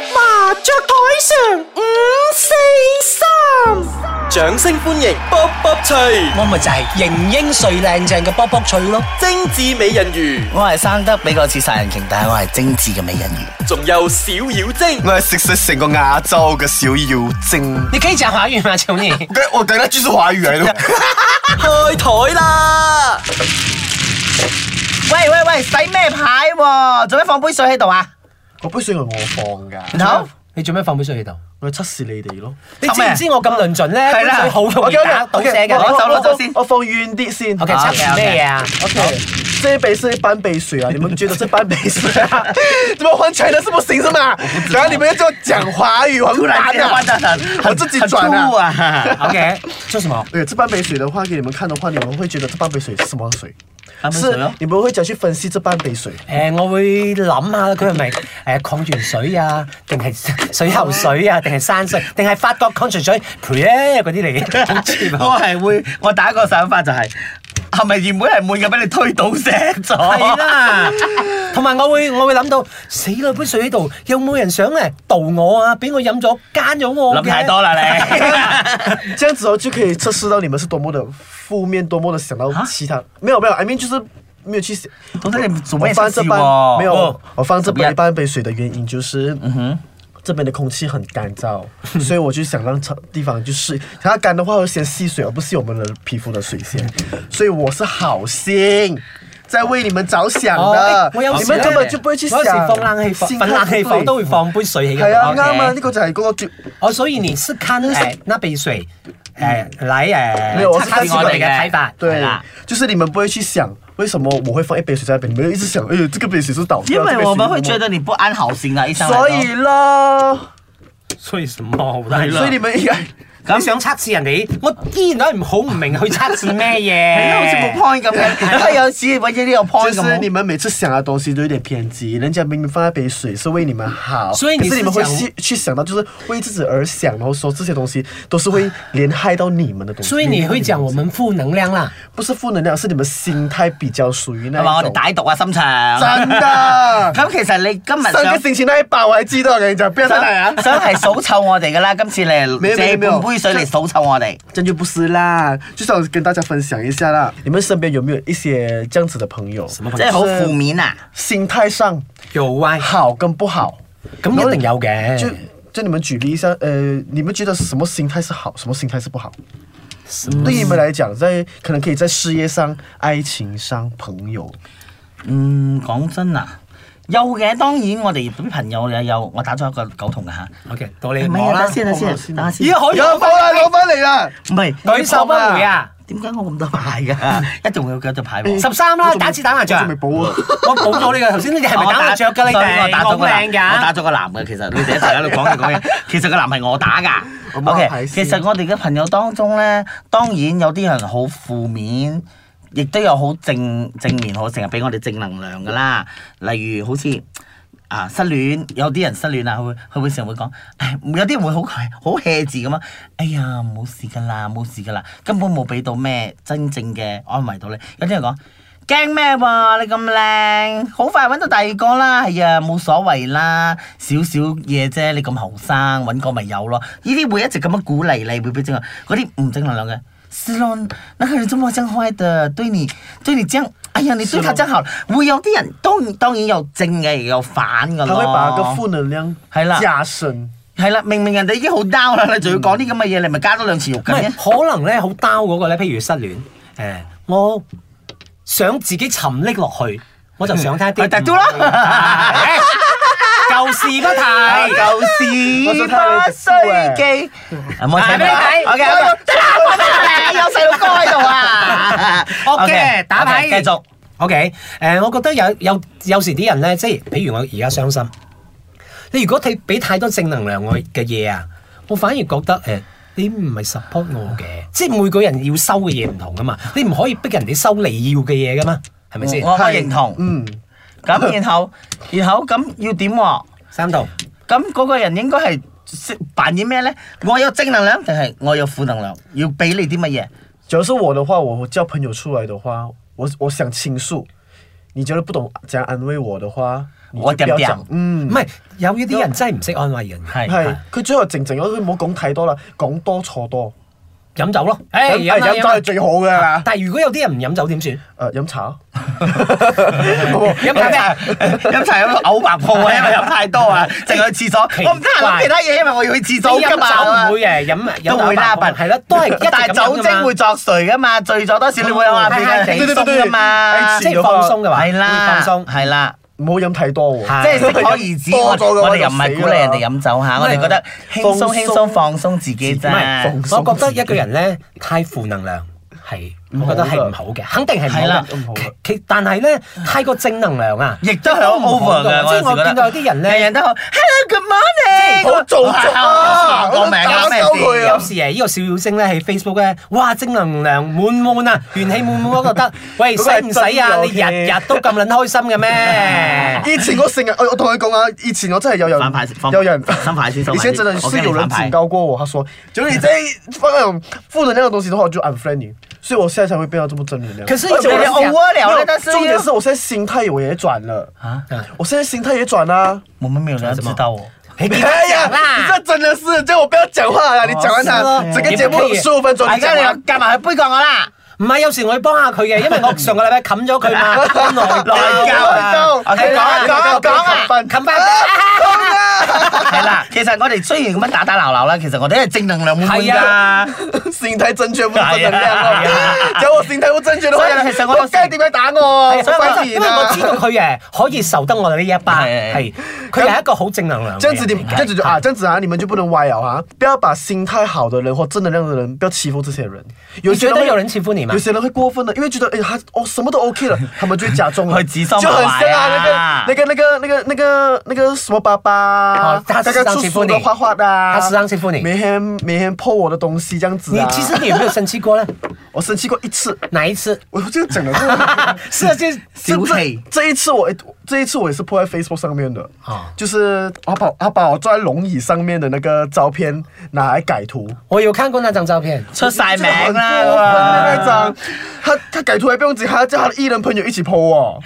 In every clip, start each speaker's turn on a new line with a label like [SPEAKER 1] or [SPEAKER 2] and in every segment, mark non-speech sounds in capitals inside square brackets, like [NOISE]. [SPEAKER 1] 雀台上
[SPEAKER 2] ừ,
[SPEAKER 1] 五四三，掌聲歡迎卜卜脆，
[SPEAKER 3] 我咪就係型英帥靚正嘅卜卜脆咯。
[SPEAKER 1] 精緻美人魚，
[SPEAKER 3] 我係生得比較似殺人鯨，但係我係精緻嘅美人魚。
[SPEAKER 1] 仲有小妖精，
[SPEAKER 4] 我係食食成個亞洲嘅小妖精。
[SPEAKER 5] [LAUGHS]
[SPEAKER 3] 你可以講華語嗎，求你？
[SPEAKER 4] 我我等下繼續華語嚟咯。
[SPEAKER 1] 開台啦！
[SPEAKER 3] [LAUGHS] 喂喂喂，使咩牌喎？做咩放杯水喺度啊？
[SPEAKER 5] 嗰杯水係我放㗎，
[SPEAKER 3] 然後你做咩放杯水喺度？
[SPEAKER 5] 我測試你哋咯。
[SPEAKER 3] 你知唔知我咁論盡咧？係
[SPEAKER 5] 啦啊
[SPEAKER 3] 好容易
[SPEAKER 5] OK，OK，
[SPEAKER 3] 打倒瀉嘅。
[SPEAKER 5] OK，
[SPEAKER 3] 攞手攞手先。
[SPEAKER 5] 我放遠啲先。
[SPEAKER 3] OK，測試咩嘢啊？
[SPEAKER 5] OK，这杯是半杯水啊！你們覺得是半杯水啊？
[SPEAKER 3] [LAUGHS]
[SPEAKER 5] 怎麼換成了是不行是嗎？然後你們又叫我講華語，
[SPEAKER 3] [LAUGHS]
[SPEAKER 5] 很難啊！我自己轉啊。
[SPEAKER 3] 啊！OK，做什 [LAUGHS] 麼？
[SPEAKER 5] 對，這半杯水的話，給你們看的話，你們會覺得這半杯水是什麼水？
[SPEAKER 3] 半杯水啊
[SPEAKER 5] 是
[SPEAKER 3] 咯，
[SPEAKER 5] 你們會點去分析這半杯水？
[SPEAKER 3] 誒、我會諗下佢係咪誒礦泉水啊，定係水喉水啊，定係山水，定係法國礦泉水 p r e 嗰啲嚟嘅。好似
[SPEAKER 2] 我係會，我第一個想法就係、係咪原本係滿嘅俾你推倒瀉咗？
[SPEAKER 3] 係啦，同埋我會我會諗到死啦杯水喺度，有冇人想嚟盜我啊？俾我飲咗奸咗我嘅
[SPEAKER 2] 諗太多啦 [LAUGHS] 你。
[SPEAKER 5] 這樣子哦，就可以測試到你們是多麼的負面，多麼的想到其
[SPEAKER 3] 啊
[SPEAKER 5] 他。沒有沒有，I mean 就是沒有去想。
[SPEAKER 2] 總之你做
[SPEAKER 5] 我
[SPEAKER 2] 咩
[SPEAKER 5] 放
[SPEAKER 2] 測
[SPEAKER 5] 這
[SPEAKER 3] 哦
[SPEAKER 2] 試
[SPEAKER 5] 半
[SPEAKER 2] 喎？
[SPEAKER 5] 沒有，我放這
[SPEAKER 2] 怎麼
[SPEAKER 5] 半
[SPEAKER 2] 樣
[SPEAKER 5] 半杯水的原因就是，嗯哼，這邊的空氣很
[SPEAKER 3] [LAUGHS]
[SPEAKER 5] 乾燥，所以我就想让地方就是它干的话会先吸水，而不是我们的皮肤的水先，所以我是好心。在为你们着想
[SPEAKER 3] 哦
[SPEAKER 5] 的
[SPEAKER 3] 誒，我有
[SPEAKER 5] 你
[SPEAKER 3] 時
[SPEAKER 5] 們
[SPEAKER 3] 呢
[SPEAKER 5] 根本就不會去想。
[SPEAKER 3] 我有時放冷氣房，
[SPEAKER 5] 心
[SPEAKER 3] 瞓冷氣房都會放杯水喺
[SPEAKER 5] 對。係啊，
[SPEAKER 3] 嗰度。
[SPEAKER 5] 啱啊，
[SPEAKER 3] OK
[SPEAKER 5] 呢個就係嗰個叫
[SPEAKER 3] 哦，所以你是看誒那杯水誒嚟
[SPEAKER 5] 沒有，
[SPEAKER 3] 誒
[SPEAKER 5] 我
[SPEAKER 3] 測
[SPEAKER 5] 是看
[SPEAKER 3] 試我哋嘅睇法，係
[SPEAKER 5] 對
[SPEAKER 3] 啦。，
[SPEAKER 5] 就是你們不會去想為什麼我會放一杯水在那邊，你們一直想，哎呦，這個杯水是倒掉，
[SPEAKER 2] 因
[SPEAKER 5] 這杯
[SPEAKER 2] 為
[SPEAKER 5] 水
[SPEAKER 2] 我
[SPEAKER 5] 是
[SPEAKER 2] 們會
[SPEAKER 5] 什麼
[SPEAKER 2] 覺得你不安好心啊，醫生嚟講。
[SPEAKER 5] 所以咯，
[SPEAKER 3] 所以什麼？係
[SPEAKER 5] 所以你們應該。
[SPEAKER 3] 咁想測試人哋，我依然都係唔好唔明去測試咩嘢。
[SPEAKER 2] 好似冇 point 咁嘅，都有時揾咗呢個
[SPEAKER 5] 就
[SPEAKER 2] point
[SPEAKER 5] 是你
[SPEAKER 2] 咁。
[SPEAKER 5] 们每次想的东西都有点偏激，人家明明放那杯水是为你们好，
[SPEAKER 3] 所以你
[SPEAKER 5] 可是你们
[SPEAKER 3] 是
[SPEAKER 5] 会
[SPEAKER 3] 想
[SPEAKER 5] 去去想到就是为自己而想，然后说这些东西都是会连害到你们的东西。
[SPEAKER 3] 所以你會講我們負能量啦。
[SPEAKER 5] 不是负能量，是你们心态比较属于那
[SPEAKER 2] 係嘛？我
[SPEAKER 5] 一
[SPEAKER 2] 哋
[SPEAKER 5] 种。
[SPEAKER 2] 歹毒啊，心情。
[SPEAKER 5] 真的，
[SPEAKER 2] 咁其實你今日
[SPEAKER 5] 上个
[SPEAKER 2] 想
[SPEAKER 5] 星期那一把我还记得，我跟你讲，不要再来啊！
[SPEAKER 2] 想係數臭我哋噶啦，今次你
[SPEAKER 5] 沒有
[SPEAKER 2] 係
[SPEAKER 5] 沒有
[SPEAKER 2] 借
[SPEAKER 5] 沒有
[SPEAKER 2] 半杯水嚟數臭我哋。
[SPEAKER 5] 真就不是啦，就想跟大家分享一下啦，你们身边有没有一些这样子的朋友？什么
[SPEAKER 2] 即係好負面啊！
[SPEAKER 5] 心态上哎
[SPEAKER 3] 有啊，
[SPEAKER 5] 好跟不好？
[SPEAKER 3] 咁一定有
[SPEAKER 5] 就
[SPEAKER 3] 嘅。
[SPEAKER 5] 就你们举例一下，呃，你们觉得什么心态是好，什么心态是不好？对你们来讲，在可能可以在事业上、爱情上、朋友，
[SPEAKER 2] 嗯，講真啊，有嘅，當然我哋啲朋友又有，我打咗一個九筒嘅嚇。
[SPEAKER 3] OK，到你
[SPEAKER 2] 唔
[SPEAKER 3] 我
[SPEAKER 2] 係啊，
[SPEAKER 3] 啦
[SPEAKER 2] 等。先等先等下先。
[SPEAKER 3] 咦，可以
[SPEAKER 5] 有冇啊？攞翻嚟啦！
[SPEAKER 2] 唔係
[SPEAKER 3] 舉手不回啊！
[SPEAKER 2] 點解我咁多牌㗎？ [LAUGHS] 一定會有幾多牌喎？
[SPEAKER 3] 十三啦，打次打麻雀
[SPEAKER 5] 我。仲未補啊！
[SPEAKER 3] 我補咗你嘅頭先，你哋係咪打麻雀㗎？你
[SPEAKER 2] 所以我
[SPEAKER 3] 哋
[SPEAKER 2] 打
[SPEAKER 3] 好
[SPEAKER 2] 咗個男
[SPEAKER 3] 靚㗎。
[SPEAKER 2] 我打咗個男嘅，其實你哋一齊喺度講嘢講嘢，其實個男係我打㗎。
[SPEAKER 5] 我摸下牌
[SPEAKER 2] OK，
[SPEAKER 5] 先
[SPEAKER 2] 其實我哋嘅朋友當中咧，當然有啲人好負面，亦都有好正正面，好成日俾我哋正能量㗎啦。例如好似。啊！失戀有啲人失戀啊，佢會佢會成日會講，唉有啲人會好好 hea 字咁啊！哎呀，冇事㗎啦，冇事㗎啦，根本冇俾到咩真正嘅安慰到你。有啲人講驚咩喎？你咁靚，好快揾到第二個啦，係啊，冇所謂啦，少少嘢啫，你咁後生揾個咪有咯。呢啲會一直咁樣鼓勵你，會俾正能嗰啲唔正能量嘅。是咯，那個人這麼這樣壞的，對你對你這樣，哎呀，你對他這樣好，會有啲人當然當然有正嘅，亦有反嘅
[SPEAKER 5] 他
[SPEAKER 2] 咯。
[SPEAKER 5] 會把個負能量
[SPEAKER 2] 係啦
[SPEAKER 5] 加深。
[SPEAKER 2] 係啦，明明人哋已經好 down 啦，你仲要講啲咁嘅嘢，你咪加多兩次肉
[SPEAKER 3] 唔
[SPEAKER 2] 緊
[SPEAKER 3] 係
[SPEAKER 2] 嘅。
[SPEAKER 3] 可能咧好 down 嗰個咧，譬如失戀，誒、我想自己沉溺落去，我就想睇一啲
[SPEAKER 2] 咪特都啦 [LAUGHS]
[SPEAKER 3] 係舊事不 [LAUGHS] 提，
[SPEAKER 2] 舊
[SPEAKER 5] 我
[SPEAKER 2] 事
[SPEAKER 5] 想睇
[SPEAKER 2] 不須記，唔好
[SPEAKER 3] 話俾你睇
[SPEAKER 2] ，OK，有細路哥喺度 [LAUGHS] 啊
[SPEAKER 3] à. OK，打牌
[SPEAKER 2] 繼續。
[SPEAKER 3] OK，誒、我覺得有有有時啲人咧，即係譬如我而家傷心，你如果睇俾太多正能量我嘅嘢啊，我反而覺得誒。你唔係 support 我嘅，即係每個人要收嘅嘢唔同噶嘛，你唔可以逼人哋收你要嘅嘢噶嘛，係咪先
[SPEAKER 2] 我？我認同。
[SPEAKER 3] Ừ.
[SPEAKER 5] 嗯，
[SPEAKER 2] 咁然後，然後咁要點喎？
[SPEAKER 3] 三度。
[SPEAKER 2] 咁嗰個人應該係識扮演咩咧？我有正能量定係我有負能量？要俾你啲乜嘢？
[SPEAKER 5] 假如是我的話，我叫朋友出來的話，我我想傾訴，你覺得不懂怎樣安慰我的話，
[SPEAKER 2] 我點點，
[SPEAKER 5] 嗯
[SPEAKER 3] 唔，係有呢啲人真係唔識安慰人，
[SPEAKER 2] 係
[SPEAKER 5] 係
[SPEAKER 2] 係。
[SPEAKER 5] 佢最後靜靜咗，佢唔好講太多啦，講多錯多，
[SPEAKER 3] 飲酒咯。
[SPEAKER 5] 飲
[SPEAKER 2] 哎
[SPEAKER 3] 誒
[SPEAKER 5] 係飲酒係最好㗎啦。
[SPEAKER 3] 但係如果有啲人唔飲酒點算？
[SPEAKER 5] 誒呃飲茶，
[SPEAKER 2] 飲
[SPEAKER 3] 飲
[SPEAKER 2] [LAUGHS]
[SPEAKER 3] 酒
[SPEAKER 2] 茶
[SPEAKER 3] 咩？
[SPEAKER 2] 飲茶飲到嘔白泡啊！因為飲太多啊，淨去廁所。
[SPEAKER 3] 奇
[SPEAKER 2] 我唔得閒諗
[SPEAKER 3] 怪
[SPEAKER 2] 其他嘢，因為我要去廁所㗎嘛。
[SPEAKER 3] 飲酒唔會嘅，飲飲
[SPEAKER 2] 都會啦，
[SPEAKER 3] 但係啦，
[SPEAKER 2] [LAUGHS]
[SPEAKER 3] 都係一直
[SPEAKER 2] 但
[SPEAKER 3] 咁
[SPEAKER 2] 係酒精會
[SPEAKER 3] 會
[SPEAKER 2] 作祟噶嘛，醉咗多少你會
[SPEAKER 3] [LAUGHS]
[SPEAKER 2] 有話
[SPEAKER 3] 係
[SPEAKER 2] 變
[SPEAKER 3] 係
[SPEAKER 2] 係地鬆噶嘛，
[SPEAKER 3] 即係放鬆嘅話，
[SPEAKER 2] 係啦，
[SPEAKER 3] 會放鬆。
[SPEAKER 2] 係啦，
[SPEAKER 5] 唔好飲太多喎。
[SPEAKER 2] 即係適可而
[SPEAKER 3] [LAUGHS]
[SPEAKER 2] 止。我
[SPEAKER 5] 多咗嘅話
[SPEAKER 2] 我哋又唔係鼓勵人哋飲酒嚇，我哋覺得輕
[SPEAKER 5] 放
[SPEAKER 2] 鬆
[SPEAKER 5] 鬆
[SPEAKER 2] 輕鬆放鬆自己啫
[SPEAKER 3] 唔。係，我覺得一個人咧太負能量係，我覺得係唔好嘅，肯定係唔
[SPEAKER 2] 係啦
[SPEAKER 3] 好
[SPEAKER 5] 唔好嘅
[SPEAKER 3] 嘅。其其但係咧，太過正能量啊，
[SPEAKER 2] 亦都係好
[SPEAKER 3] 唔好
[SPEAKER 2] over
[SPEAKER 3] 嘅
[SPEAKER 2] 嘅，
[SPEAKER 3] 即係我
[SPEAKER 2] 有時覺得
[SPEAKER 3] 見到有啲
[SPEAKER 2] 人
[SPEAKER 3] 人咧，
[SPEAKER 2] 人都好 Hello Good morning，
[SPEAKER 5] 好做作啊
[SPEAKER 2] 我名啊咩
[SPEAKER 5] 我都打鳩佢啊
[SPEAKER 2] 事
[SPEAKER 3] 有？時誒呢個小妖精咧喺 Facebook 咧，哇正能量滿滿啊，元氣滿滿，我覺得，喂使
[SPEAKER 5] 嗰個係
[SPEAKER 3] 唔使啊？
[SPEAKER 5] 真嘅
[SPEAKER 3] 你日日都咁撚開心嘅咩？
[SPEAKER 5] 以前我成日，我我同佢講啊，以前我真係有人
[SPEAKER 2] 反派反
[SPEAKER 5] 有人
[SPEAKER 2] 反派先收
[SPEAKER 5] 以
[SPEAKER 2] 埋
[SPEAKER 5] 前真的
[SPEAKER 2] 我
[SPEAKER 5] 是
[SPEAKER 2] 跟你
[SPEAKER 5] 有人
[SPEAKER 2] 反派
[SPEAKER 5] 警告过我，他说，就你在放那 [LAUGHS] 种负能量的东西的话，我就 unfriend 你，所以我现在才会变到这么正能量。
[SPEAKER 3] 可是有
[SPEAKER 5] 而且我
[SPEAKER 3] 的人
[SPEAKER 2] 偶尔聊
[SPEAKER 5] 没有
[SPEAKER 2] 了但是
[SPEAKER 5] 重
[SPEAKER 2] 又
[SPEAKER 5] 点是我现在心态我也转了，
[SPEAKER 2] 啊，
[SPEAKER 5] 我现在心态也转啦。
[SPEAKER 2] 我们没有人知道哦。
[SPEAKER 3] 你記得
[SPEAKER 5] [LAUGHS] 哎呀，
[SPEAKER 3] 講啦
[SPEAKER 5] 你这真的是叫我不要讲话了，你讲完他
[SPEAKER 3] 是咯
[SPEAKER 5] 整个节目
[SPEAKER 3] 你不可以
[SPEAKER 5] 十五分钟，
[SPEAKER 2] 大
[SPEAKER 5] 你
[SPEAKER 2] 家
[SPEAKER 5] 讲
[SPEAKER 2] 你又
[SPEAKER 5] 完。
[SPEAKER 2] 夾埋去杯葛我啦。
[SPEAKER 3] 唔係，有時我要幫下佢嘅，因為我上個禮拜冚咗佢嘛，我內疚啊，
[SPEAKER 5] 我內疚
[SPEAKER 3] 係啦
[SPEAKER 2] 講啊
[SPEAKER 3] 我內疚
[SPEAKER 2] 講啊
[SPEAKER 3] 冚冚翻
[SPEAKER 2] 係啦，其實我哋雖然咁樣打打鬧鬧啦，其實我哋係正能量滿滿
[SPEAKER 3] 係
[SPEAKER 5] 啊
[SPEAKER 2] 㗎。
[SPEAKER 5] [LAUGHS] 心態正確不是正能
[SPEAKER 2] 哎
[SPEAKER 5] 量
[SPEAKER 2] 呀
[SPEAKER 5] 哦。講我心態不正確的
[SPEAKER 2] 所
[SPEAKER 5] 話，
[SPEAKER 2] 以其實我
[SPEAKER 5] 仆街點解打我啊？我
[SPEAKER 3] 哎所以我
[SPEAKER 5] 翻
[SPEAKER 3] 就
[SPEAKER 5] 面
[SPEAKER 3] 因為我
[SPEAKER 5] 啊
[SPEAKER 3] 知道佢誒可以受得我哋呢一班，
[SPEAKER 2] 係
[SPEAKER 3] 係佢係一個好正能量嘅人嚟嘅。
[SPEAKER 5] 这样子你这样子就啊，这样子啊，你们就不能歪了啊！不要把心态好的人或正能量的人，不要欺负这些人。有
[SPEAKER 3] 你覺
[SPEAKER 5] 些人
[SPEAKER 3] 得
[SPEAKER 5] 会
[SPEAKER 3] 有人欺負你嗎
[SPEAKER 5] 有？些人会过分的，因为觉得哎呀，他哦什么都
[SPEAKER 3] [LAUGHS]
[SPEAKER 5] OK 了，他们就会假装了
[SPEAKER 2] 会指桑
[SPEAKER 5] 就很
[SPEAKER 2] 骂
[SPEAKER 5] 像
[SPEAKER 2] 槐
[SPEAKER 5] 啊
[SPEAKER 2] 啊
[SPEAKER 5] 那个那个那个那个那个那个什么爸爸
[SPEAKER 3] 哦，他时
[SPEAKER 5] 刚刚
[SPEAKER 3] 常
[SPEAKER 5] 出
[SPEAKER 3] 欺
[SPEAKER 5] 书
[SPEAKER 3] 负你
[SPEAKER 5] 的画画的啊，
[SPEAKER 3] 他时常欺负你
[SPEAKER 5] 每天每天破我的东西这样子
[SPEAKER 3] 你
[SPEAKER 5] 啊。
[SPEAKER 3] 其實你有沒有生氣過呢？
[SPEAKER 5] 我生气过一次，
[SPEAKER 3] 哪一次？
[SPEAKER 5] 我就整
[SPEAKER 3] [LAUGHS]
[SPEAKER 5] 了这个。
[SPEAKER 3] 是啊，就是
[SPEAKER 2] 小氣
[SPEAKER 5] 这一次我这一次我也是泼在 Facebook 上面的，
[SPEAKER 3] 啊
[SPEAKER 5] 就是他把他把我坐在龙椅上面的那个照片拿来改图，
[SPEAKER 3] 我有看過那張照片，
[SPEAKER 2] 出晒名
[SPEAKER 5] 真的
[SPEAKER 2] 啦
[SPEAKER 5] 很
[SPEAKER 2] 咁
[SPEAKER 5] 过分
[SPEAKER 2] 啊
[SPEAKER 5] 的那！张，他他改图还不用紧，还要叫他的艺人朋友一起 po 我，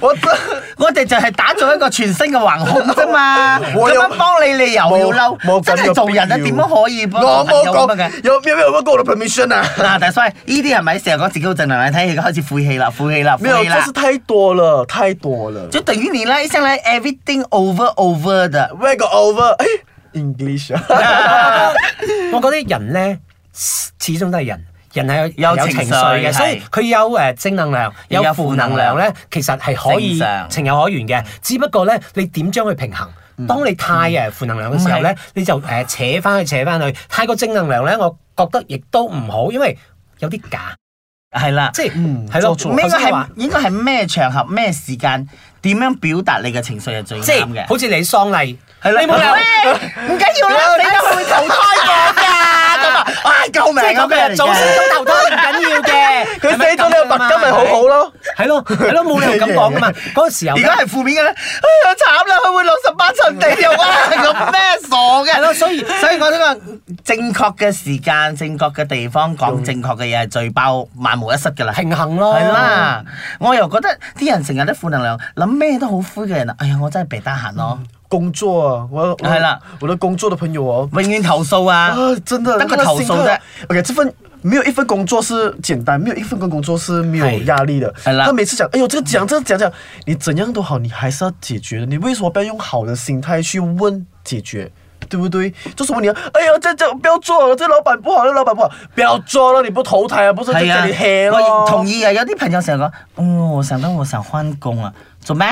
[SPEAKER 5] 我这
[SPEAKER 2] 我哋就係打造一個全新嘅橫恐啫嘛，
[SPEAKER 5] [LAUGHS] 我
[SPEAKER 2] 咁
[SPEAKER 5] 有
[SPEAKER 2] 樣幫你你又要嬲
[SPEAKER 5] 冇，冇
[SPEAKER 2] 真
[SPEAKER 5] 咁嘅
[SPEAKER 2] 係做人啊
[SPEAKER 5] 必
[SPEAKER 2] 點
[SPEAKER 5] 要
[SPEAKER 2] 樣可以幫
[SPEAKER 5] 我
[SPEAKER 2] 朋友
[SPEAKER 5] 冇
[SPEAKER 2] 咁樣
[SPEAKER 5] 讲
[SPEAKER 2] 嘅？
[SPEAKER 5] 有没有没有问过我的 permission 啊？
[SPEAKER 2] 嗱，但係所以呢啲係咪成日講自己好正能量，睇戲開始晦氣啦，晦氣啦，
[SPEAKER 5] 没
[SPEAKER 2] 晦
[SPEAKER 5] 有，
[SPEAKER 2] 氣
[SPEAKER 5] 就
[SPEAKER 2] 啦
[SPEAKER 5] 是，太多了，太多了。
[SPEAKER 2] 就等於你啦，一上來 everything over over
[SPEAKER 5] [LAUGHS]
[SPEAKER 2] 的，
[SPEAKER 5] We go over，哎，English 啊。
[SPEAKER 3] [LAUGHS] 我覺得人咧始終都係人。人係
[SPEAKER 2] 有
[SPEAKER 3] 有
[SPEAKER 2] 情
[SPEAKER 3] 情
[SPEAKER 2] 緒
[SPEAKER 3] 緒嘅，
[SPEAKER 2] 係
[SPEAKER 3] 所以佢有誒正能量，
[SPEAKER 2] 有
[SPEAKER 3] 有
[SPEAKER 2] 負
[SPEAKER 3] 負
[SPEAKER 2] 能
[SPEAKER 3] 能
[SPEAKER 2] 量
[SPEAKER 3] 量咧，其實係可以
[SPEAKER 2] 正常
[SPEAKER 3] 情有可原嘅。只不過咧，你點將佢平衡？當你太誒負能量嘅時候
[SPEAKER 2] 唔係
[SPEAKER 3] 咧，你就誒扯翻去扯翻去。太過正能量咧，我覺得亦都唔好，因為有啲假，
[SPEAKER 2] 係啦。
[SPEAKER 3] 即
[SPEAKER 5] 嗯
[SPEAKER 3] 係係咯。
[SPEAKER 5] 做
[SPEAKER 2] 應
[SPEAKER 3] 頭
[SPEAKER 2] 該
[SPEAKER 3] 先
[SPEAKER 2] 係
[SPEAKER 3] 話
[SPEAKER 2] 應該係咩場合、咩時間、點樣表達你嘅情緒係最
[SPEAKER 3] 即
[SPEAKER 2] 啱
[SPEAKER 3] 係
[SPEAKER 2] 嘅。
[SPEAKER 3] 好似你喪禮，
[SPEAKER 2] 係啦
[SPEAKER 3] 你冇理由。
[SPEAKER 2] 喂唔緊要啦，你都會投胎過㗎。咁啊，唉，救命
[SPEAKER 3] 即係
[SPEAKER 2] 咁
[SPEAKER 3] 咁嘅，
[SPEAKER 2] 嘅
[SPEAKER 3] 早先咁頭都唔緊要嘅。
[SPEAKER 5] 佢死咗你個白金咪好好咯，
[SPEAKER 3] 係咯係咯，冇理由咁講噶嘛。嗰個時候
[SPEAKER 2] 而家係負面嘅咧，哎呀慘啦，佢會落十八層地獄啊！咁咩傻嘅？係咯，所以所以我呢個正確嘅時間、正確嘅地方講正確嘅嘢係最爆萬無一失㗎啦。
[SPEAKER 3] 平衡咯，
[SPEAKER 2] 係。啦，我又覺得啲人成日都負能量，諗咩都好灰嘅人啊！哎呀，我真係被得閒咯，
[SPEAKER 5] 工作啊，我我
[SPEAKER 2] 係啦
[SPEAKER 5] 我的工作的朋友哦，
[SPEAKER 2] 永遠投訴啊！
[SPEAKER 5] 啊，真的，
[SPEAKER 2] 那个
[SPEAKER 5] 那
[SPEAKER 2] 投
[SPEAKER 5] 心
[SPEAKER 2] 诉
[SPEAKER 5] 态
[SPEAKER 2] 的。
[SPEAKER 5] OK，这份没有一份工作是简单，没有一份工作是没有压力的。
[SPEAKER 2] 哎啦
[SPEAKER 5] 他每次讲，哎呦，这个讲，这个讲讲，你怎样都好，你还是要解决的。你为什么不要用好的心态去问解决？对不对？就是问你要，哎呀，这这不要做了，这老板不好，那老板不好，不要做了，你不投胎啊，不是在
[SPEAKER 2] 係
[SPEAKER 5] 这
[SPEAKER 2] 啊
[SPEAKER 5] 里黑，咯
[SPEAKER 2] 我。同意啊！有啲朋友成日講，嗯，我想到我想換工啊，做咩？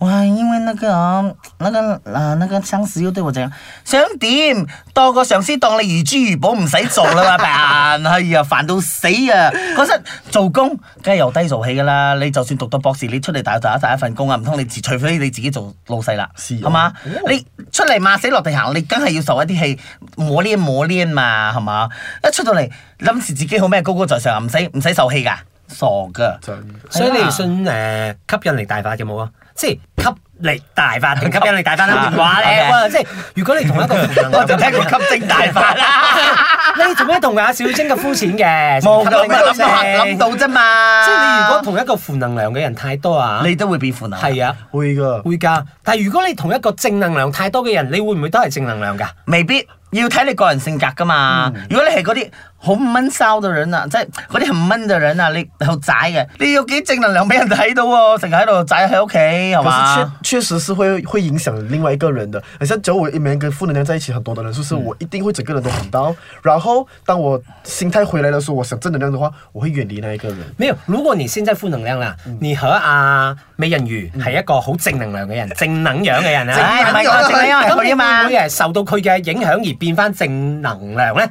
[SPEAKER 2] 哇，因為那個啊那個啊那個上司又對我這樣，想點？當個上司當你如珠如寶唔使做啦嘛，扮哎呀煩到死啊！嗰陣做工梗係由低做起㗎啦，你就算讀到博士，你出嚟打打打一份工啊，唔通你自除非你自己做老細啦，
[SPEAKER 5] 是啊
[SPEAKER 2] 係嘛？你出嚟罵死落地行，你梗係要受一啲氣，磨練磨練嘛，係嘛？一出到嚟諗住自己好咩高高在上，唔使唔使受氣㗎。傻噶，
[SPEAKER 5] 真
[SPEAKER 3] 所以你信誒吸引力大法有冇啊？即係吸力大法定吸引力大法啦，
[SPEAKER 2] 啊
[SPEAKER 3] 電話咧，
[SPEAKER 2] OK
[SPEAKER 3] 哇！即係如果你同一個負能
[SPEAKER 2] [LAUGHS]
[SPEAKER 3] 量
[SPEAKER 2] 我就聽過吸精大
[SPEAKER 3] [LAUGHS]
[SPEAKER 2] 法啦，
[SPEAKER 3] 你做咩同阿小晶咁膚淺嘅？
[SPEAKER 2] 冇
[SPEAKER 3] 吸
[SPEAKER 2] 噶，
[SPEAKER 3] 引力
[SPEAKER 2] [LAUGHS] 諗
[SPEAKER 3] 大法
[SPEAKER 2] 諗到啫嘛。
[SPEAKER 3] 即係你如果同一個負能量嘅人太多啊，
[SPEAKER 2] 你都會變負能，
[SPEAKER 3] 係啊
[SPEAKER 5] 會噶，
[SPEAKER 3] 會㗎。但係如果你同一個正能量太多嘅人，你會唔會都係正能量㗎？
[SPEAKER 2] 未必要睇你個人性格噶嘛。如果你係嗰啲好悶騷嘅人啊，即係嗰啲係悶嘅人啊，你好宅嘅，你要幾正能量俾人睇到喎，成日喺度宅喺屋企係
[SPEAKER 5] 可是
[SPEAKER 2] 嘛？
[SPEAKER 5] 确确实是会会影响另外一个人的。好像只要我一面跟负能量在一起很多的人，就是我一定会整个人都很 down。然后当我心态回来的时候，我想正能量的话，我会远离那一个人。
[SPEAKER 3] 沒有，如果你現在負能量啦，
[SPEAKER 2] 嗯
[SPEAKER 3] 你和阿美人魚係一個好正能量嘅
[SPEAKER 2] [LAUGHS]
[SPEAKER 3] 人，正能量嘅人啊，
[SPEAKER 2] 唉，唔係
[SPEAKER 3] 咁
[SPEAKER 2] 嗯我正因為
[SPEAKER 3] 你
[SPEAKER 2] 佢
[SPEAKER 3] 會
[SPEAKER 2] 啊嘛
[SPEAKER 3] 唔會。係受到佢嘅影響而變翻正能量咧？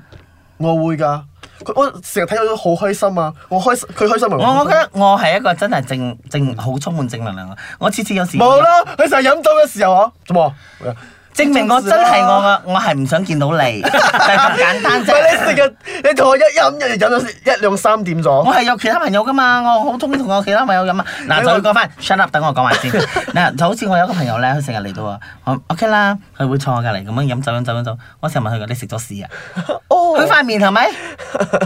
[SPEAKER 5] 我会噶，佢我成日睇到都好开心啊！我开心，佢开心咪
[SPEAKER 2] 我我覺得我係一個真係正正好充滿正能量嘅，啊我次次有時
[SPEAKER 5] 冇，啦。佢成日饮酒嘅时候啊，做么？
[SPEAKER 2] 證明我真係我嘅，我係唔想見到
[SPEAKER 5] [LAUGHS]
[SPEAKER 2] 你，就係咁簡單
[SPEAKER 5] 唔
[SPEAKER 2] 啫
[SPEAKER 5] 係。你成日你同我一飲一飲咗一兩三點
[SPEAKER 2] 我
[SPEAKER 5] 咗，
[SPEAKER 2] 係有其他朋友噶嘛，我好中意同我其他朋友飲啊。嗱，就要講翻 shut up，等我講埋先。 [LAUGHS] 嗱，就好似我有一個朋友咧，佢成日嚟到啊，我 OK 啦，佢會坐我隔離咁樣飲酒飲酒飲酒。我成日問佢：你食咗屎啊？佢
[SPEAKER 5] 哦，
[SPEAKER 2] 塊面係咪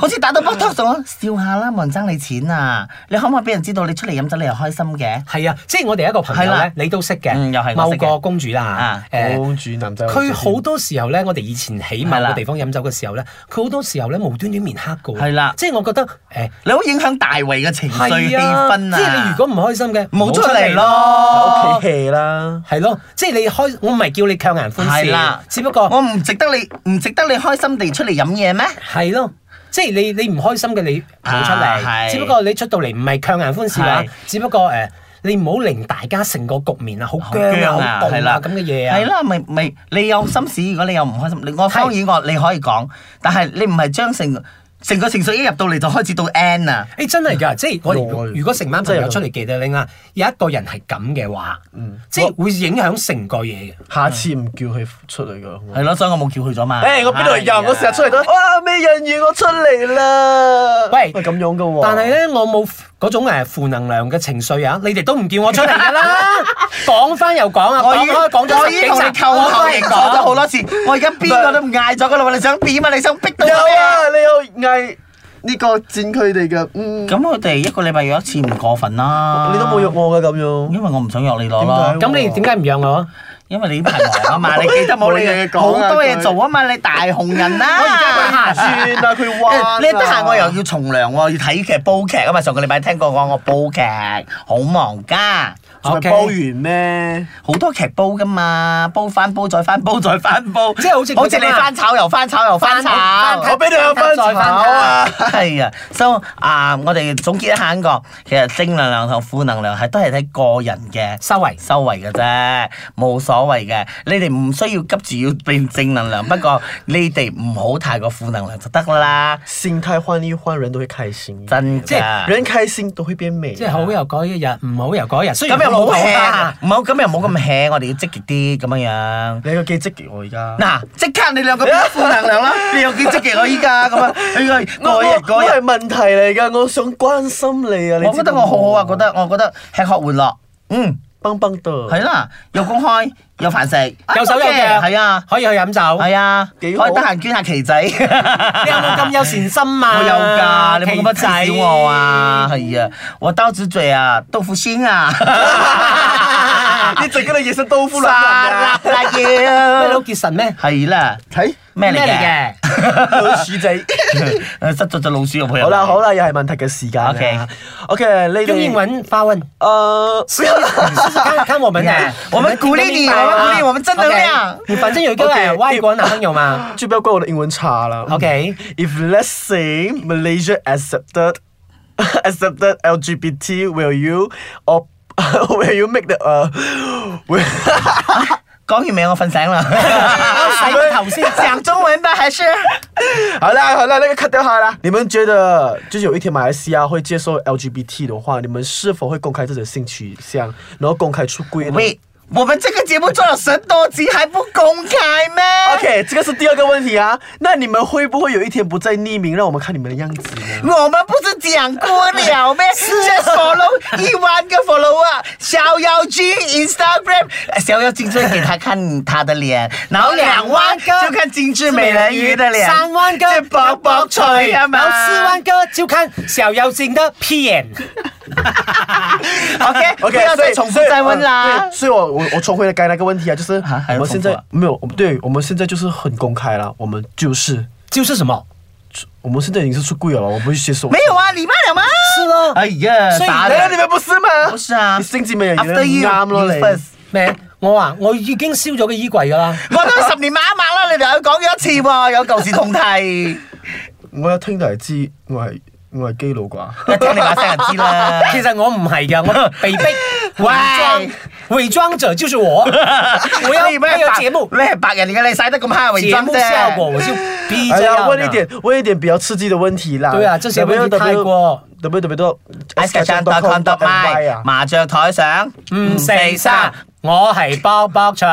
[SPEAKER 2] 好似打到 b o t o 笑下啦，冇人爭你錢啊！你可唔可以俾人知道你出嚟飲酒你又開心嘅？
[SPEAKER 3] 係啊，即係我哋一個朋友
[SPEAKER 2] 係
[SPEAKER 3] 咧
[SPEAKER 2] 啦，
[SPEAKER 3] 你都識嘅，
[SPEAKER 2] 嗯又係我
[SPEAKER 3] 某
[SPEAKER 2] 識嘅
[SPEAKER 3] 個公主啦
[SPEAKER 2] 啊，
[SPEAKER 3] 誒。
[SPEAKER 5] 公主男仔，
[SPEAKER 3] 佢好多時候咧，我哋以前喺某
[SPEAKER 2] 係
[SPEAKER 3] 個
[SPEAKER 2] 啦
[SPEAKER 3] 地方飲酒嘅時候咧，佢好多時候咧無端端面黑嘅喎，
[SPEAKER 2] 係啦
[SPEAKER 3] 即係我覺得誒
[SPEAKER 2] 你好影響大圍嘅情緒氣
[SPEAKER 3] 係啊，
[SPEAKER 2] 氛啊！
[SPEAKER 3] 即係你如果唔開心嘅，
[SPEAKER 2] 冇出嚟
[SPEAKER 5] 喺
[SPEAKER 2] 咯
[SPEAKER 5] 屋企 hea 啦，
[SPEAKER 3] 係咯，即係你開，我唔係叫你強顏歡
[SPEAKER 2] 係啦
[SPEAKER 3] 笑，只不過
[SPEAKER 2] 我唔值得你唔值得你開心地出嚟飲嘢咩？
[SPEAKER 3] 係咯，即係你你唔開心嘅你冇出
[SPEAKER 2] 啊
[SPEAKER 3] 嚟，
[SPEAKER 2] 係
[SPEAKER 3] 只不過你出到嚟唔係強顏歡笑啊
[SPEAKER 2] 係，
[SPEAKER 3] 只不過誒你唔好令大家成個局面啊好
[SPEAKER 2] 好
[SPEAKER 3] 僵
[SPEAKER 2] 僵
[SPEAKER 3] 啊
[SPEAKER 2] 啊
[SPEAKER 3] 好
[SPEAKER 2] 係
[SPEAKER 3] 凍
[SPEAKER 2] 啦
[SPEAKER 3] 啊咁嘅嘢
[SPEAKER 2] 係
[SPEAKER 3] 啊，
[SPEAKER 2] 啦，咪咪你有心事，如果你又唔開心，你我
[SPEAKER 3] 係
[SPEAKER 2] 當然我你可以講，但係你唔係將成成個情緒一入到嚟就開始到 end 啊！
[SPEAKER 3] 誒真係㗎，即係我哋
[SPEAKER 5] 內
[SPEAKER 3] 如果成班朋友出嚟記得拎啊，有一個人係咁嘅話，即係會影響成個嘢嘅。
[SPEAKER 5] 下次唔叫佢出嚟噶。
[SPEAKER 2] 係咯，所以我冇叫佢咗嘛。
[SPEAKER 5] 誒，哎我邊度
[SPEAKER 2] 係啊
[SPEAKER 5] 飲？我成日出嚟都哇，美人魚，我出嚟啦！
[SPEAKER 3] 喂
[SPEAKER 5] 咁樣噶喎。
[SPEAKER 3] 但係咧，我冇嗰種誒負能量嘅情緒啊！你哋都唔叫我出嚟㗎啦，講翻又講啊，
[SPEAKER 2] 我已
[SPEAKER 3] 講開講咗
[SPEAKER 2] 我
[SPEAKER 3] 十
[SPEAKER 2] 已
[SPEAKER 3] 幾
[SPEAKER 2] 經同你
[SPEAKER 3] 集，
[SPEAKER 2] 扣
[SPEAKER 3] [LAUGHS]
[SPEAKER 2] 口型講咗好
[SPEAKER 3] 啦。
[SPEAKER 2] 多次，我而家邊個都唔嗌咗噶啦喎！你想點啊？你想逼到
[SPEAKER 5] 有
[SPEAKER 2] 我咩啊？
[SPEAKER 5] 啊，你有嗌呢個佔佢哋嘅，嗯，
[SPEAKER 2] 咁佢哋一個禮拜約一次唔過分啦。
[SPEAKER 5] 你都冇約，我噶咁樣。
[SPEAKER 2] 因為我唔想約你攞
[SPEAKER 5] 點解
[SPEAKER 2] 咯。
[SPEAKER 3] 咁你點解唔讓我？
[SPEAKER 2] 因為你呢排忙啊
[SPEAKER 5] [LAUGHS]
[SPEAKER 2] 嘛，你記得冇
[SPEAKER 5] 冇
[SPEAKER 2] 你
[SPEAKER 5] 嘢講啊
[SPEAKER 2] 好多嘢
[SPEAKER 5] 佢
[SPEAKER 2] 做啊嘛，你大紅人啦。我
[SPEAKER 5] 佢算啦，佢彎啊
[SPEAKER 2] [LAUGHS] 你得閒我又要從良喎，要睇劇煲劇啊嘛！上個禮拜聽過我我煲劇，好忙噶，
[SPEAKER 5] 仲係
[SPEAKER 3] OK
[SPEAKER 5] 煲完咩？
[SPEAKER 2] 好多劇煲噶嘛，煲翻煲再翻煲再翻煲，
[SPEAKER 3] 即係好似佢
[SPEAKER 2] 好似你
[SPEAKER 3] 咁啊
[SPEAKER 2] 翻炒又翻炒又翻
[SPEAKER 3] 翻
[SPEAKER 2] 炒
[SPEAKER 3] 翻。
[SPEAKER 5] 我俾你有翻炒啊！
[SPEAKER 2] 係啊，所以啊，我哋總結一下呢個，其實正能量同負能量係都係睇個人嘅
[SPEAKER 3] 收圍
[SPEAKER 2] 收圍嘅啫，冇所謂嘅。你哋唔需要急住要變正能
[SPEAKER 3] [LAUGHS]
[SPEAKER 2] 量，不過你哋唔好太過負能量就得啦，
[SPEAKER 5] 心態換一換，人都會開心。
[SPEAKER 2] 真
[SPEAKER 3] 即係
[SPEAKER 2] 㗎。
[SPEAKER 5] 人開心都會變美。
[SPEAKER 3] 即係好又嗰一日，唔好又嗰一日。雖然
[SPEAKER 2] 咁又
[SPEAKER 3] 好
[SPEAKER 2] 冇
[SPEAKER 3] 老土
[SPEAKER 2] hea，
[SPEAKER 3] 啊
[SPEAKER 2] 唔好咁又冇咁 hea，我哋要積極啲咁樣樣。
[SPEAKER 5] 你個幾積極我而家。
[SPEAKER 2] 嗱，即刻你兩個變負能量啦！你有幾積極我依家咁啊？你個
[SPEAKER 5] 我
[SPEAKER 2] 嗰
[SPEAKER 5] 我
[SPEAKER 2] 日
[SPEAKER 5] 我
[SPEAKER 2] 嗰
[SPEAKER 5] 係
[SPEAKER 2] 日，
[SPEAKER 5] 問題嚟㗎，我想關心你啊！你
[SPEAKER 2] 我覺得我好好啊，覺得我覺得吃喝玩樂，嗯，
[SPEAKER 5] 崩崩度。
[SPEAKER 2] 係啦，又公開又飯食，
[SPEAKER 3] 有手有腳，
[SPEAKER 2] 係啊，
[SPEAKER 3] 可以去飲酒。
[SPEAKER 2] 係啊，可以
[SPEAKER 5] 幾
[SPEAKER 2] 得
[SPEAKER 5] 好
[SPEAKER 2] 閒捐下旗仔。
[SPEAKER 3] 你有冇咁
[SPEAKER 2] [LAUGHS]
[SPEAKER 3] 有善心啊？
[SPEAKER 2] 我有㗎，你冇咁
[SPEAKER 3] 奇仔
[SPEAKER 2] 樣提小我啊，係啊，我刀子嘴啊，豆腐心啊，
[SPEAKER 5] 你整個人野生豆腐
[SPEAKER 2] [LAUGHS] 沙
[SPEAKER 5] 啦！
[SPEAKER 2] 拉啦
[SPEAKER 3] 喂，老
[SPEAKER 2] 要，
[SPEAKER 3] 結神咩？
[SPEAKER 2] 係啦，
[SPEAKER 5] 睇
[SPEAKER 2] 咩嚟嘅？ [LAUGHS]
[SPEAKER 5] 老鼠仔。
[SPEAKER 2] 誒塞咗隻老鼠入去。
[SPEAKER 5] 好啦好。啦，又係問題嘅時間啊
[SPEAKER 2] OK
[SPEAKER 5] OK，呢
[SPEAKER 3] 用英
[SPEAKER 5] 啲
[SPEAKER 3] 文發問，
[SPEAKER 5] 呃， [LAUGHS] 不要啦。
[SPEAKER 3] 看看我们的，
[SPEAKER 2] 我们鼓勵你
[SPEAKER 3] 聽得明白嗎
[SPEAKER 2] 我們鼓勵我們正能量
[SPEAKER 3] OK，你反正有一个
[SPEAKER 5] OK，
[SPEAKER 3] 外国男朋友嘛
[SPEAKER 5] 就不要怪我的英文差了。
[SPEAKER 3] ，OK。
[SPEAKER 5] If let's say Malaysia accepted [LAUGHS] accepted LGBT, will you or [LAUGHS] will you make the uh [LAUGHS] will
[SPEAKER 2] 講完未？我瞓醒啦。
[SPEAKER 3] 洗個頭先
[SPEAKER 2] 講中文吧，還是？
[SPEAKER 5] 好啦好啦，那个 cut 掉好啦。你们觉得就是有一天马来西亚会接受 LGBT 的话，你们是否会公开自己的性取向，然后公开出柜呢？
[SPEAKER 2] 喂，我们这个节目做了十多集还不公开咩
[SPEAKER 5] OK，这个是第二个问题啊。那你们会不会有一天不再匿名，让我们看你们的样子呢？
[SPEAKER 2] 我们不是讲过了咩？Just follow 一万个 follower，小妖精 Instagram，小妖精就会给他看他的脸，然后两万个就看精致美人鱼的脸，
[SPEAKER 3] 三灣哥
[SPEAKER 2] 就薄薄脆啊嘛，
[SPEAKER 3] 有四灣哥就看小妖精的片。
[SPEAKER 2] ，OK 不要
[SPEAKER 5] 所
[SPEAKER 2] 再
[SPEAKER 5] 以
[SPEAKER 2] 重复
[SPEAKER 5] 所以
[SPEAKER 2] 再问
[SPEAKER 5] 呃
[SPEAKER 2] 啦
[SPEAKER 5] 对。所以我我我重回了刚才那个问题啊，就是
[SPEAKER 2] 啊还有
[SPEAKER 5] 我们现
[SPEAKER 2] 重复
[SPEAKER 5] 在
[SPEAKER 2] 啊
[SPEAKER 5] 没有，我们对我们现在就是很公开了，我们就是
[SPEAKER 3] 就是什么？
[SPEAKER 5] 我们现在已经是出柜了，我们不去接受。
[SPEAKER 2] 没有啊，礼拜了吗？
[SPEAKER 3] 是咯，
[SPEAKER 2] 哎呀，
[SPEAKER 3] 所以
[SPEAKER 2] 打
[SPEAKER 5] 啊，
[SPEAKER 2] 人
[SPEAKER 5] 难道你们不是吗？
[SPEAKER 2] 不是啊
[SPEAKER 5] 你星期美人魚
[SPEAKER 2] After you，
[SPEAKER 5] 啱咯
[SPEAKER 2] you
[SPEAKER 5] 你
[SPEAKER 2] first
[SPEAKER 3] 咩？我啊，我已經燒咗個衣櫃㗎啦。
[SPEAKER 2] 我都十年抹一抹啦，你哋有講咗一次喎，有舊時痛替，
[SPEAKER 5] 我一聽就係知我係我係基佬啩。
[SPEAKER 2] 一聽你把聲就知
[SPEAKER 3] [LAUGHS]
[SPEAKER 2] 啦。
[SPEAKER 3] 其實我唔係㗎，我被逼偽裝，偽裝者就是我。我要
[SPEAKER 2] 你咩
[SPEAKER 3] 配有
[SPEAKER 2] 白
[SPEAKER 3] 節目，
[SPEAKER 2] 你係白人嚟嘅，你使得咁蝦偽
[SPEAKER 3] 節
[SPEAKER 2] 裝
[SPEAKER 3] 目效果
[SPEAKER 2] 啫。
[SPEAKER 3] 我就逼
[SPEAKER 5] 哎
[SPEAKER 3] 這樣
[SPEAKER 5] 呀，
[SPEAKER 3] 的。
[SPEAKER 5] 问一点，问一点比较刺激的问题哎啦。
[SPEAKER 3] 對啊這些問題太過
[SPEAKER 5] www.
[SPEAKER 2] i s k a c h a n d c o m d
[SPEAKER 5] my 啊
[SPEAKER 2] m，麻雀台上
[SPEAKER 3] 五四三，我係卜卜脆。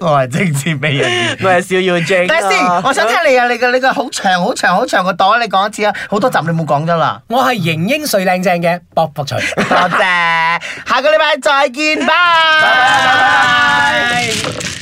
[SPEAKER 2] 我係政治美人魚。
[SPEAKER 5] [LAUGHS] 我係小妖精。啊
[SPEAKER 2] 等下先，我想聽你啊！你嘅你嘅好長好長好長個袋，你講一次啊！好多集你冇講咗
[SPEAKER 3] [LAUGHS]
[SPEAKER 2] 啦。
[SPEAKER 3] 我係型英帥靚正嘅卜卜脆。
[SPEAKER 2] 多謝，下個禮拜再見，拜拜。